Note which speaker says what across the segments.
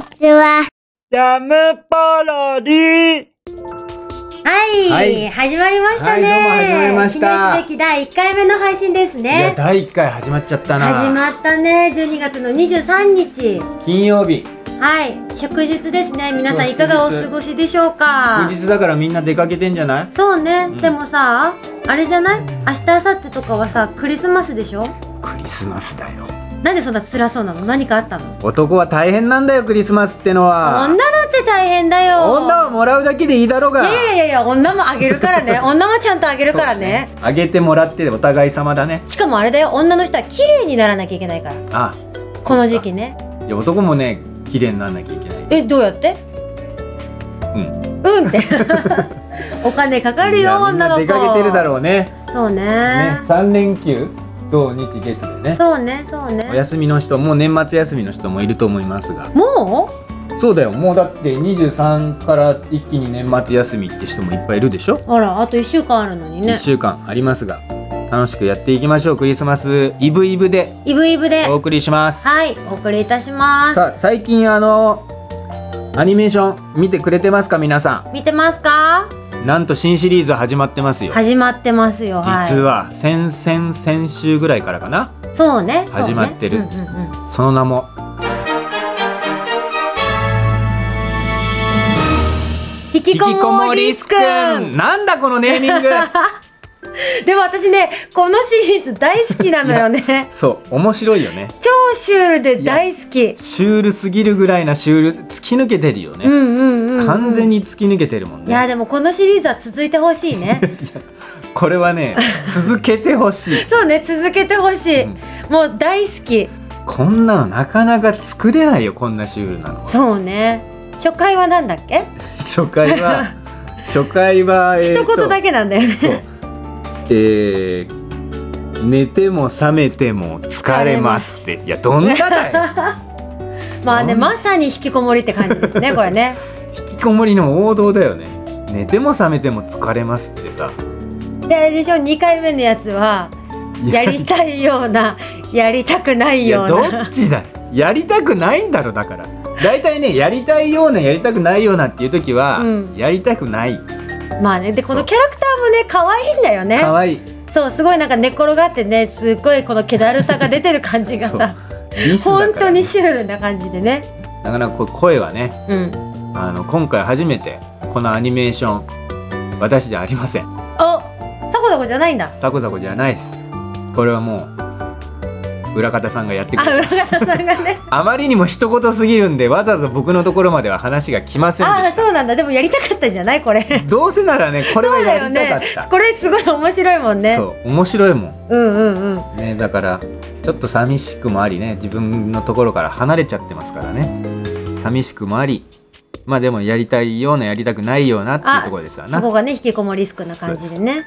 Speaker 1: ちは。
Speaker 2: ジャムパロディ
Speaker 3: はい、
Speaker 4: はい
Speaker 3: 始まりましたね。
Speaker 4: はいどうも始まりました
Speaker 3: 記念すべき第1回目の配信です
Speaker 4: いや
Speaker 3: ね。
Speaker 4: 第1回始まっちゃったな
Speaker 3: 始まったね、12月の23日。
Speaker 4: 金曜日
Speaker 3: はい、祝日ですね。皆さん
Speaker 4: そ
Speaker 3: い
Speaker 4: う
Speaker 3: かがお
Speaker 4: 祝日
Speaker 3: 過ごしでしょうか
Speaker 4: 休日だからみんな出かけてんじゃない
Speaker 3: そうね、でもさ、あれじゃない明日、明後日とかはさ、クリスマスでしょ
Speaker 4: クリスマスだよ
Speaker 3: なんでそんな辛そうなの何かあったの
Speaker 4: 男は大変なんだよクリスマスっての
Speaker 3: 女だ
Speaker 4: は
Speaker 3: って大変だよ。
Speaker 4: 女はもらうだけでいいだろうが
Speaker 3: いやいやいや、女もあげるからね。女もちゃんとあげるからね。
Speaker 4: あげてもらってお互い様だね
Speaker 3: しかもあれだよ、女の人は綺麗にならなきゃいけないから。
Speaker 4: あ
Speaker 3: この時期ね。
Speaker 4: いや男もね綺麗になんなきゃいけない
Speaker 3: え、どうやって
Speaker 4: うん
Speaker 3: うんって お金かかる
Speaker 4: いや
Speaker 3: よ
Speaker 4: みん
Speaker 3: 女の子
Speaker 4: な出かけてるだろうね
Speaker 3: そうね
Speaker 4: ね3連休土日月でね
Speaker 3: そうねそう
Speaker 4: お
Speaker 3: ね
Speaker 4: 休みの人もう年末休みの人もいると思いますが
Speaker 3: も
Speaker 4: そうだよもうだって23から一気に年末休みって人もいっぱいいるでしょ
Speaker 3: うあらあと1週間あるのに
Speaker 4: 1
Speaker 3: ね
Speaker 4: 週間ありますが楽しくやっていきましょうクリスマスイブイブで
Speaker 3: イブイブで
Speaker 4: お送りします
Speaker 3: はいお送りいたします
Speaker 4: さあ最近あのアニメーション見てくれてますか皆さ
Speaker 3: 見てますか
Speaker 4: んなんと新シリーズ始まってますよ
Speaker 3: 始まってますよ
Speaker 4: 実
Speaker 3: は
Speaker 4: は先々先週ぐらいからかない
Speaker 3: そうねそうね
Speaker 4: 始まってる
Speaker 3: うんうんうん
Speaker 4: その名も
Speaker 3: 引
Speaker 4: 引
Speaker 3: き
Speaker 4: きこ
Speaker 3: こも
Speaker 4: も
Speaker 3: り
Speaker 4: り
Speaker 3: ス
Speaker 4: ス
Speaker 3: く
Speaker 4: く
Speaker 3: ん
Speaker 4: んなんだこのネーミング
Speaker 3: でも私ねこのシリーズ大好きなのよね
Speaker 4: そう面白いよね
Speaker 3: 超シュールで大好き
Speaker 4: シュールすぎるぐらいなシュール突き抜けてるよ
Speaker 3: うん
Speaker 4: ね、
Speaker 3: うんうん
Speaker 4: 完全に突き抜けてるもん
Speaker 3: いや
Speaker 4: ね
Speaker 3: でもこのシリーズは続いてほしい ね
Speaker 4: これはね続けてほしい
Speaker 3: そうね続けてほしい、
Speaker 4: うん
Speaker 3: もう大好き
Speaker 4: こんなのなかなか作れないよこんなシュールなの
Speaker 3: そうね初回はなんだっけ、
Speaker 4: 初 回は初回は、えーと
Speaker 3: 一言だけなんだよね
Speaker 4: そうえー、寝ても覚めても疲れますっていや どんなだよ
Speaker 3: まあね
Speaker 4: うん
Speaker 3: まさに引きこもりって感じです ねこれね
Speaker 4: 引きこもりの王道だよね寝ても覚めても疲れますってさ
Speaker 3: であれでしょ2回目のやつはいやりたいようなやりたくない
Speaker 4: い
Speaker 3: よ
Speaker 4: や
Speaker 3: う
Speaker 4: ど
Speaker 3: な
Speaker 4: っちだやりたくないんだろだから大体ねやりたいようなやりたくないようなっていう時は、
Speaker 3: うん
Speaker 4: やりたくない
Speaker 3: まあねでこ
Speaker 4: そ
Speaker 3: の
Speaker 4: う
Speaker 3: キャラクターもね可愛いんだよね
Speaker 4: 可愛い
Speaker 3: そうすごいなんか寝転がってねすっごいこの気だるさが出てる感じが
Speaker 4: そう
Speaker 3: さ
Speaker 4: リスだから
Speaker 3: 本当にシュールな感じでね
Speaker 4: なかなかこう声はね
Speaker 3: うん
Speaker 4: あの今回初めてこのアニメーション私じゃありません
Speaker 3: あサコサコじゃないんだ
Speaker 4: サコサコじゃないですこれはもう裏方さんがやってく
Speaker 3: あ
Speaker 4: れ
Speaker 3: 浦
Speaker 4: ます
Speaker 3: 方さん がね
Speaker 4: あまりにも一言すぎるんでわざわざ僕のところまでは話が来ません
Speaker 3: あ
Speaker 4: で
Speaker 3: あ
Speaker 4: し
Speaker 3: そうなんだでもやりたかったんじゃないこれ
Speaker 4: たどうせならねこれは
Speaker 3: そうだ
Speaker 4: や
Speaker 3: よ
Speaker 4: りたかっ
Speaker 3: ね
Speaker 4: た
Speaker 3: これすごい面白いもんね
Speaker 4: そう面白いもん
Speaker 3: うんうんうん
Speaker 4: ねだからちょっと寂しくもありね自分のところから離れちゃってますからね寂しくもありまあでもやりたいようなやりたくないようなっていう
Speaker 3: あ
Speaker 4: ところですわ
Speaker 3: そ
Speaker 4: な
Speaker 3: こがね引きこもりスクな感じでね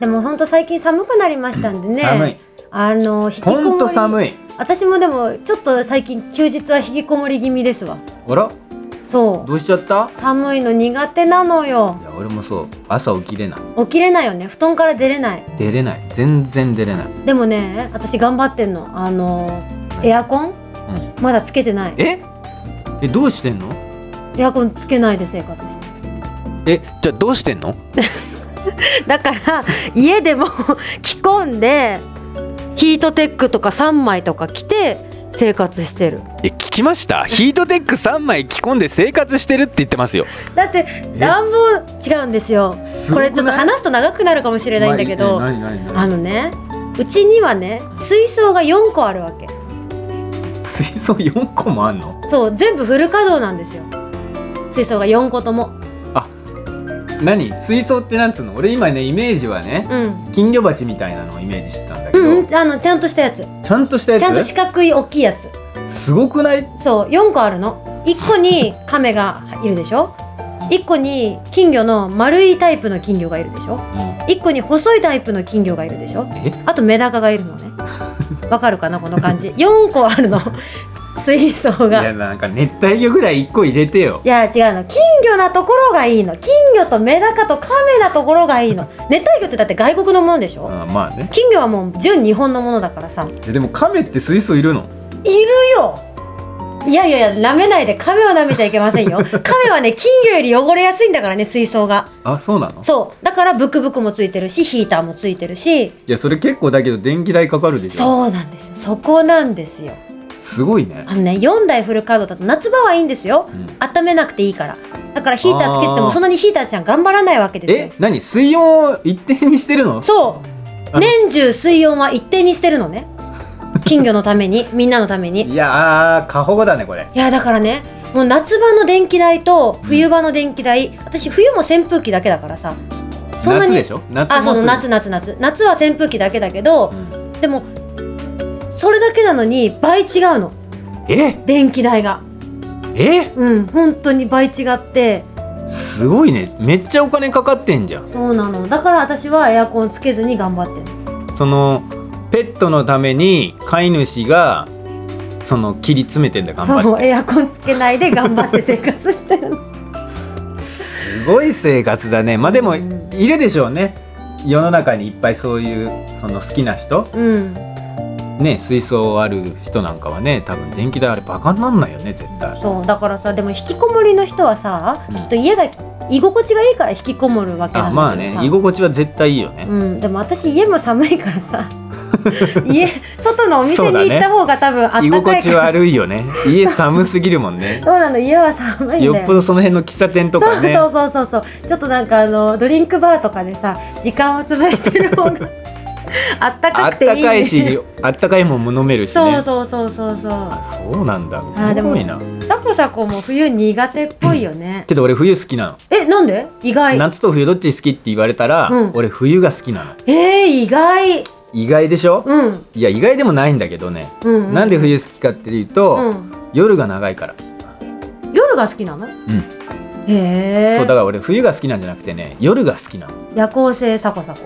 Speaker 3: でもほんと最近寒くなりましたんでね、
Speaker 4: 寒い
Speaker 3: あの引きこもり
Speaker 4: ほんと寒い
Speaker 3: 私もでもちょっと最近休日は引きこもり気味ですわ
Speaker 4: あら
Speaker 3: そう
Speaker 4: どうしちゃった
Speaker 3: 寒いの苦手なのよ
Speaker 4: いや俺もそう朝起きれない
Speaker 3: 起きれないよね布団から出れない
Speaker 4: 出れない全然出れない、
Speaker 3: でもね私頑張ってんのあのエアコン
Speaker 4: うん、
Speaker 3: まだつけてない
Speaker 4: ええどうしてんの
Speaker 3: エアコンつけないで生活してる
Speaker 4: えじゃあどうしてんの
Speaker 3: だから家でも着込んでヒートテックとか3枚とか着て生活してる
Speaker 4: え聞きましたヒートテック3枚着込んで生活してるって言ってますよ
Speaker 3: だって暖房違うんですよ
Speaker 4: す
Speaker 3: こ
Speaker 4: ごくな
Speaker 3: れ
Speaker 4: い
Speaker 3: ちょっと話すと長くなるかもしれないんだけど、
Speaker 4: 何何
Speaker 3: あのねうちにはね水槽が4個あるわけ
Speaker 4: 水槽4個もあんの
Speaker 3: そう全部フル稼働なんですよ水槽が4個とも
Speaker 4: 何水槽ってなんつうの俺今ねイメージはね
Speaker 3: うん
Speaker 4: 金魚鉢みたいなのをイメージしてたんだけ
Speaker 3: う
Speaker 4: ど、
Speaker 3: んうんあのちゃんとしたやつ
Speaker 4: ちゃんとした
Speaker 3: ちゃんと
Speaker 4: やつ
Speaker 3: 四角い大きいやつ
Speaker 4: すごくない
Speaker 3: そう4個あるの1個に亀がいるでしょ1個に金魚の丸いタイプの金魚がいるでしょ1個に細いタイプの金魚がいるでしょ
Speaker 4: え
Speaker 3: あとメダカがいるのねわかるかなこの感じ4個あ るの水槽
Speaker 4: い
Speaker 3: が
Speaker 4: やなんか熱帯魚ぐらい1個入れてよ
Speaker 3: いや違うの金魚なところがいいの金魚とメダカとカメなところがいいの熱帯魚ってだって外国のものでしょ
Speaker 4: あまあね
Speaker 3: 金魚はもう純日本のものだからさ
Speaker 4: えでも亀って水槽いるの
Speaker 3: いるよいいやいやいや、舐めないで、亀は舐めちゃいけません よ。亀はね、金魚より汚れやすいんだからね、水槽が。
Speaker 4: あそうなの
Speaker 3: そう。だから、ブクブクもついてるし、ヒーターもついてるし、
Speaker 4: いやそれ結構だけど電気代かかるでしょ
Speaker 3: そうなんですよ。そこなんですよ。
Speaker 4: すごいね
Speaker 3: あのね、4台フルカードだと夏場はいいんですよ。
Speaker 4: ん
Speaker 3: 温めなくていいから。だからヒーターつけてて
Speaker 4: あ
Speaker 3: も、
Speaker 4: ー
Speaker 3: そんなにヒーターちゃん頑張らないわけですよ
Speaker 4: え。何水温を一定にしてるの
Speaker 3: そう
Speaker 4: あの
Speaker 3: 年中水温は一定にしてるのね金魚のためにみんなのために
Speaker 4: いやー過保護だねこれ
Speaker 3: いやだからねもう夏場の電気代と冬場の電気代、私冬も扇風機だけだからさそんなに
Speaker 4: 夏でしょ夏も
Speaker 3: あそうそう
Speaker 4: する
Speaker 3: 夏夏夏夏は扇風機だけだけど
Speaker 4: う、ん
Speaker 3: でもそれだけなのに倍違うの
Speaker 4: え
Speaker 3: 電気代が
Speaker 4: え
Speaker 3: うん本当に倍違って
Speaker 4: すごいねめっちゃお金かかってんじゃん
Speaker 3: そうなのだから私はエアコンつけずに頑張ってる
Speaker 4: そのペットのために飼い主がその切り詰めてんだ頑張っ
Speaker 3: そうエアコンつけないで頑張 って生活してるの
Speaker 4: てすごい生活だねまあでもい
Speaker 3: うん
Speaker 4: るでしょうね世の中にいっぱいそういうその好きな人
Speaker 3: うん
Speaker 4: ね水槽ある人なんかはね多分電気代あれバカになんないよね絶対
Speaker 3: そうだからさでも引きこもりの人はさ、
Speaker 4: うん
Speaker 3: きっと家が居心地がいいから引きこもるわけな
Speaker 4: あ
Speaker 3: ん
Speaker 4: ま
Speaker 3: だ
Speaker 4: あ
Speaker 3: けど
Speaker 4: ね
Speaker 3: さ、
Speaker 4: 居心地は絶対いいよね
Speaker 3: うん、でも私家も寒いからさ 家外のお店
Speaker 4: そうだ
Speaker 3: に
Speaker 4: ね
Speaker 3: 行った方が多分あったか
Speaker 4: 居
Speaker 3: いから
Speaker 4: 心地悪いよ ね家寒すぎるもんね
Speaker 3: そうなの家は寒いん
Speaker 4: よ
Speaker 3: だ
Speaker 4: っ
Speaker 3: よ
Speaker 4: ぽどその辺の喫茶店とかね
Speaker 3: そうそうそうそうそうちょっとなんかあのドリンクバーとかでさ時間を潰してる方 があった
Speaker 4: あ
Speaker 3: か
Speaker 4: っ
Speaker 3: くていい
Speaker 4: たかい
Speaker 3: ね
Speaker 4: しあったかいもんも飲めるし
Speaker 3: そう
Speaker 4: ね
Speaker 3: そうそうそうそう
Speaker 4: そうなんだ
Speaker 3: ー
Speaker 4: す
Speaker 3: でも
Speaker 4: ごいな
Speaker 3: タコサコも冬苦手っぽいよね、
Speaker 4: けど俺冬好きなの、
Speaker 3: えなんで意外
Speaker 4: 夏と冬どっち好きって言われたら、
Speaker 3: うん
Speaker 4: 俺冬が好きなの
Speaker 3: えー、意外
Speaker 4: 意外でしょ、
Speaker 3: うん
Speaker 4: いや意外でもないんだけどね、
Speaker 3: うんうん
Speaker 4: なんで冬好きかっていうと、
Speaker 3: うん
Speaker 4: 夜が長いから、
Speaker 3: 夜が好きなの
Speaker 4: うん
Speaker 3: へえ
Speaker 4: そうだから俺冬が好きなんじゃなくてね夜が好きなの
Speaker 3: 夜行性サコサコ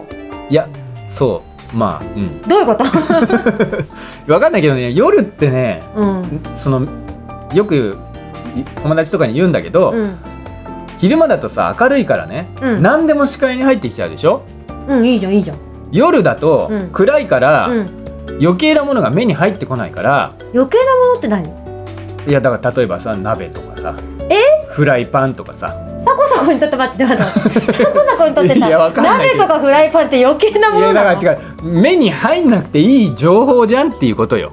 Speaker 4: いやそうまあうん
Speaker 3: どういうこと
Speaker 4: 分かんないけどね夜ってね
Speaker 3: うん
Speaker 4: そのよくい友達とかに言うんだけど、
Speaker 3: うん
Speaker 4: 昼間だとさ明るいからね、
Speaker 3: うん
Speaker 4: 何でも視界に入ってきちゃうでしょ
Speaker 3: うんいいじゃんいいじゃん
Speaker 4: 夜だと
Speaker 3: うん
Speaker 4: 暗いから
Speaker 3: うん
Speaker 4: 余計なものが目に入ってこないから、
Speaker 3: 余計なものって何
Speaker 4: いやだから例えばさ鍋とかさフライパンとかさ
Speaker 3: サコサコにとって待って待って待ってサコサコにとってさ
Speaker 4: いやわかんない
Speaker 3: 鍋
Speaker 4: けど
Speaker 3: とかフライパンって余計ないも
Speaker 4: や
Speaker 3: のな
Speaker 4: だ
Speaker 3: の
Speaker 4: から違う目に入んなくていい情報じゃんっていうことよ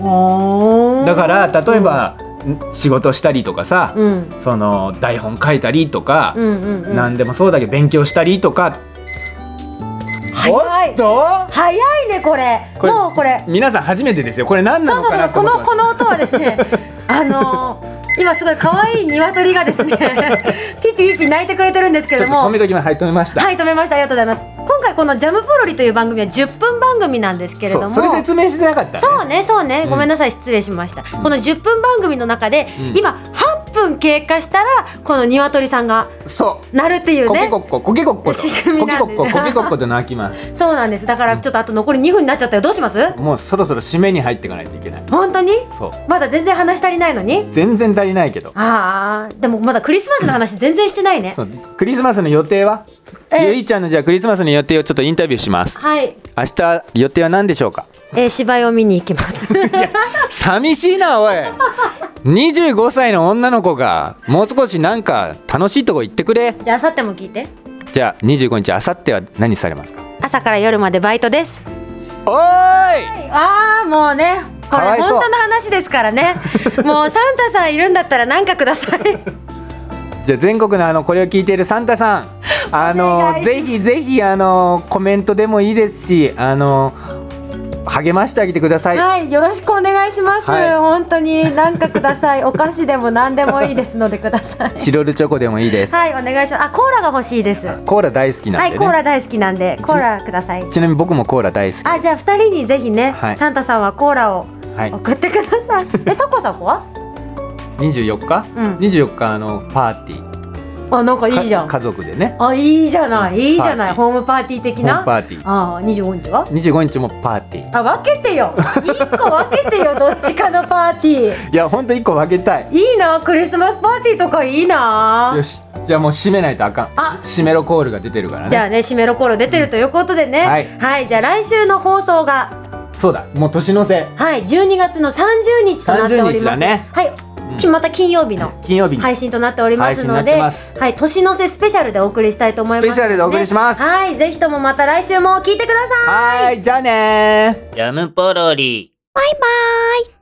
Speaker 3: おー
Speaker 4: だから例えば、ん仕事したりとかさ、
Speaker 3: うん
Speaker 4: その台本書いたりとか、
Speaker 3: うんうんうん
Speaker 4: 何でもそうだけど勉強したりとか、
Speaker 3: 早
Speaker 4: おっ
Speaker 3: い
Speaker 4: と
Speaker 3: 早いねこれ
Speaker 4: これ
Speaker 3: もうこれ
Speaker 4: 皆さん初めてですよこれ何な
Speaker 3: そう
Speaker 4: の
Speaker 3: そう
Speaker 4: か
Speaker 3: そ
Speaker 4: な
Speaker 3: うこの
Speaker 4: と思って
Speaker 3: この音はですね あのー今すごい可愛い鶏がですねピピピピ泣いてくれてるんですけ
Speaker 4: ちょ
Speaker 3: ど
Speaker 4: っと
Speaker 3: も
Speaker 4: 止めときますはい止めました、
Speaker 3: はい、止めました。ありがとうございます。今回このジャムポロリという番組は10分番組なんですけれど
Speaker 4: そ
Speaker 3: も。
Speaker 4: うそれ説明してなかったね
Speaker 3: そうね、そうね、ごめんなさい、失礼しました。この10分番組の中で、
Speaker 4: うん
Speaker 3: 今8分経過したら、この鶏さんが
Speaker 4: そう
Speaker 3: 鳴るっていう
Speaker 4: コケ
Speaker 3: ね。
Speaker 4: コッココケコッコと
Speaker 3: 仕組み
Speaker 4: コケ
Speaker 3: なん
Speaker 4: コ
Speaker 3: で
Speaker 4: ッココケコッコと鳴きます
Speaker 3: そうなんです。だから、ちょっとあと残り2分になっちゃったよ。どうします。
Speaker 4: もうそろそろ締めに入っていかないといけない
Speaker 3: 本当に。
Speaker 4: そう
Speaker 3: まだ全然話足りないのに。
Speaker 4: 全然足りないけど
Speaker 3: ああ、でも、まだクリスマスの話全然してないね。
Speaker 4: そうクリスマスの予定は
Speaker 3: えー
Speaker 4: ゆいちゃんのじゃあクリスマスの予定をちょっとインタビューします
Speaker 3: はい、
Speaker 4: 明日予定は何でしょうか
Speaker 3: えー芝居を見に行き ます。
Speaker 4: 寂しいなおい25歳の女の子がもう少しなんか楽しいとこ行ってくれ
Speaker 3: じゃあ、明後日も聞いて。
Speaker 4: じゃあ25日あさっては何されますか
Speaker 3: 朝から夜までバイトです。
Speaker 4: おーい
Speaker 3: ああもうねこ
Speaker 4: かわ
Speaker 3: れ
Speaker 4: いそう
Speaker 3: 本当の話ですからねもうサンタさんいるんだったら何かください
Speaker 4: じゃあ全国のあのこれを聞いているサン タさん、あ
Speaker 3: お
Speaker 4: の
Speaker 3: 願いします
Speaker 4: ぜひぜひあのコメントでもいいですし、あの励ましてあげてください。
Speaker 3: はいよろしくお願いします、
Speaker 4: はい
Speaker 3: 本当に何かくださ いお菓子でも何でもいいですのでください
Speaker 4: チロルチョコでもいいです。
Speaker 3: はいお願いしますあコーラが欲しいですは
Speaker 4: コーラ大好きなんでね。
Speaker 3: いコーラ大好きなんでコーラください
Speaker 4: ちなみに僕もコーラ大好き。
Speaker 3: あじゃあ二人にぜひね、
Speaker 4: はい
Speaker 3: サンタさんはコーラを
Speaker 4: はい
Speaker 3: 送ってくだ さい、えサコサコは
Speaker 4: 二十四日
Speaker 3: うん？
Speaker 4: 二十四日あのパーティー。
Speaker 3: あなんかいいじゃん
Speaker 4: か家族でね。
Speaker 3: あいいじゃないいいじゃない
Speaker 4: パーティー
Speaker 3: ホームパーティー的
Speaker 4: ホー
Speaker 3: な
Speaker 4: ムパーティー。
Speaker 3: あ二25日は
Speaker 4: 二十五日もパーティー。
Speaker 3: あ分けてよ一個分けてよどっちかのパーティー
Speaker 4: いや本当一個分けたい。
Speaker 3: いいなクリスマスパーティーとかいいな
Speaker 4: よし。じゃあもう締めないとあかん。
Speaker 3: あ
Speaker 4: 締めろコールが出てるからね。
Speaker 3: じゃあね締めの頃出てるということでね、
Speaker 4: はい
Speaker 3: じゃあ来週の放送が
Speaker 4: そうだもう年の瀬
Speaker 3: はい12月の30日となっております、
Speaker 4: 30日だね
Speaker 3: はい、きまた金曜日の
Speaker 4: 金曜日に
Speaker 3: 配信となっておりますので
Speaker 4: 配信になってます
Speaker 3: はい年の瀬スペシャルでお送りしたいと思いますの
Speaker 4: スペシャルでお送りします
Speaker 3: はいぜひともまた来週も聞いてください
Speaker 4: はーいじゃあねー
Speaker 2: ジャムポロリ。
Speaker 1: バイバイ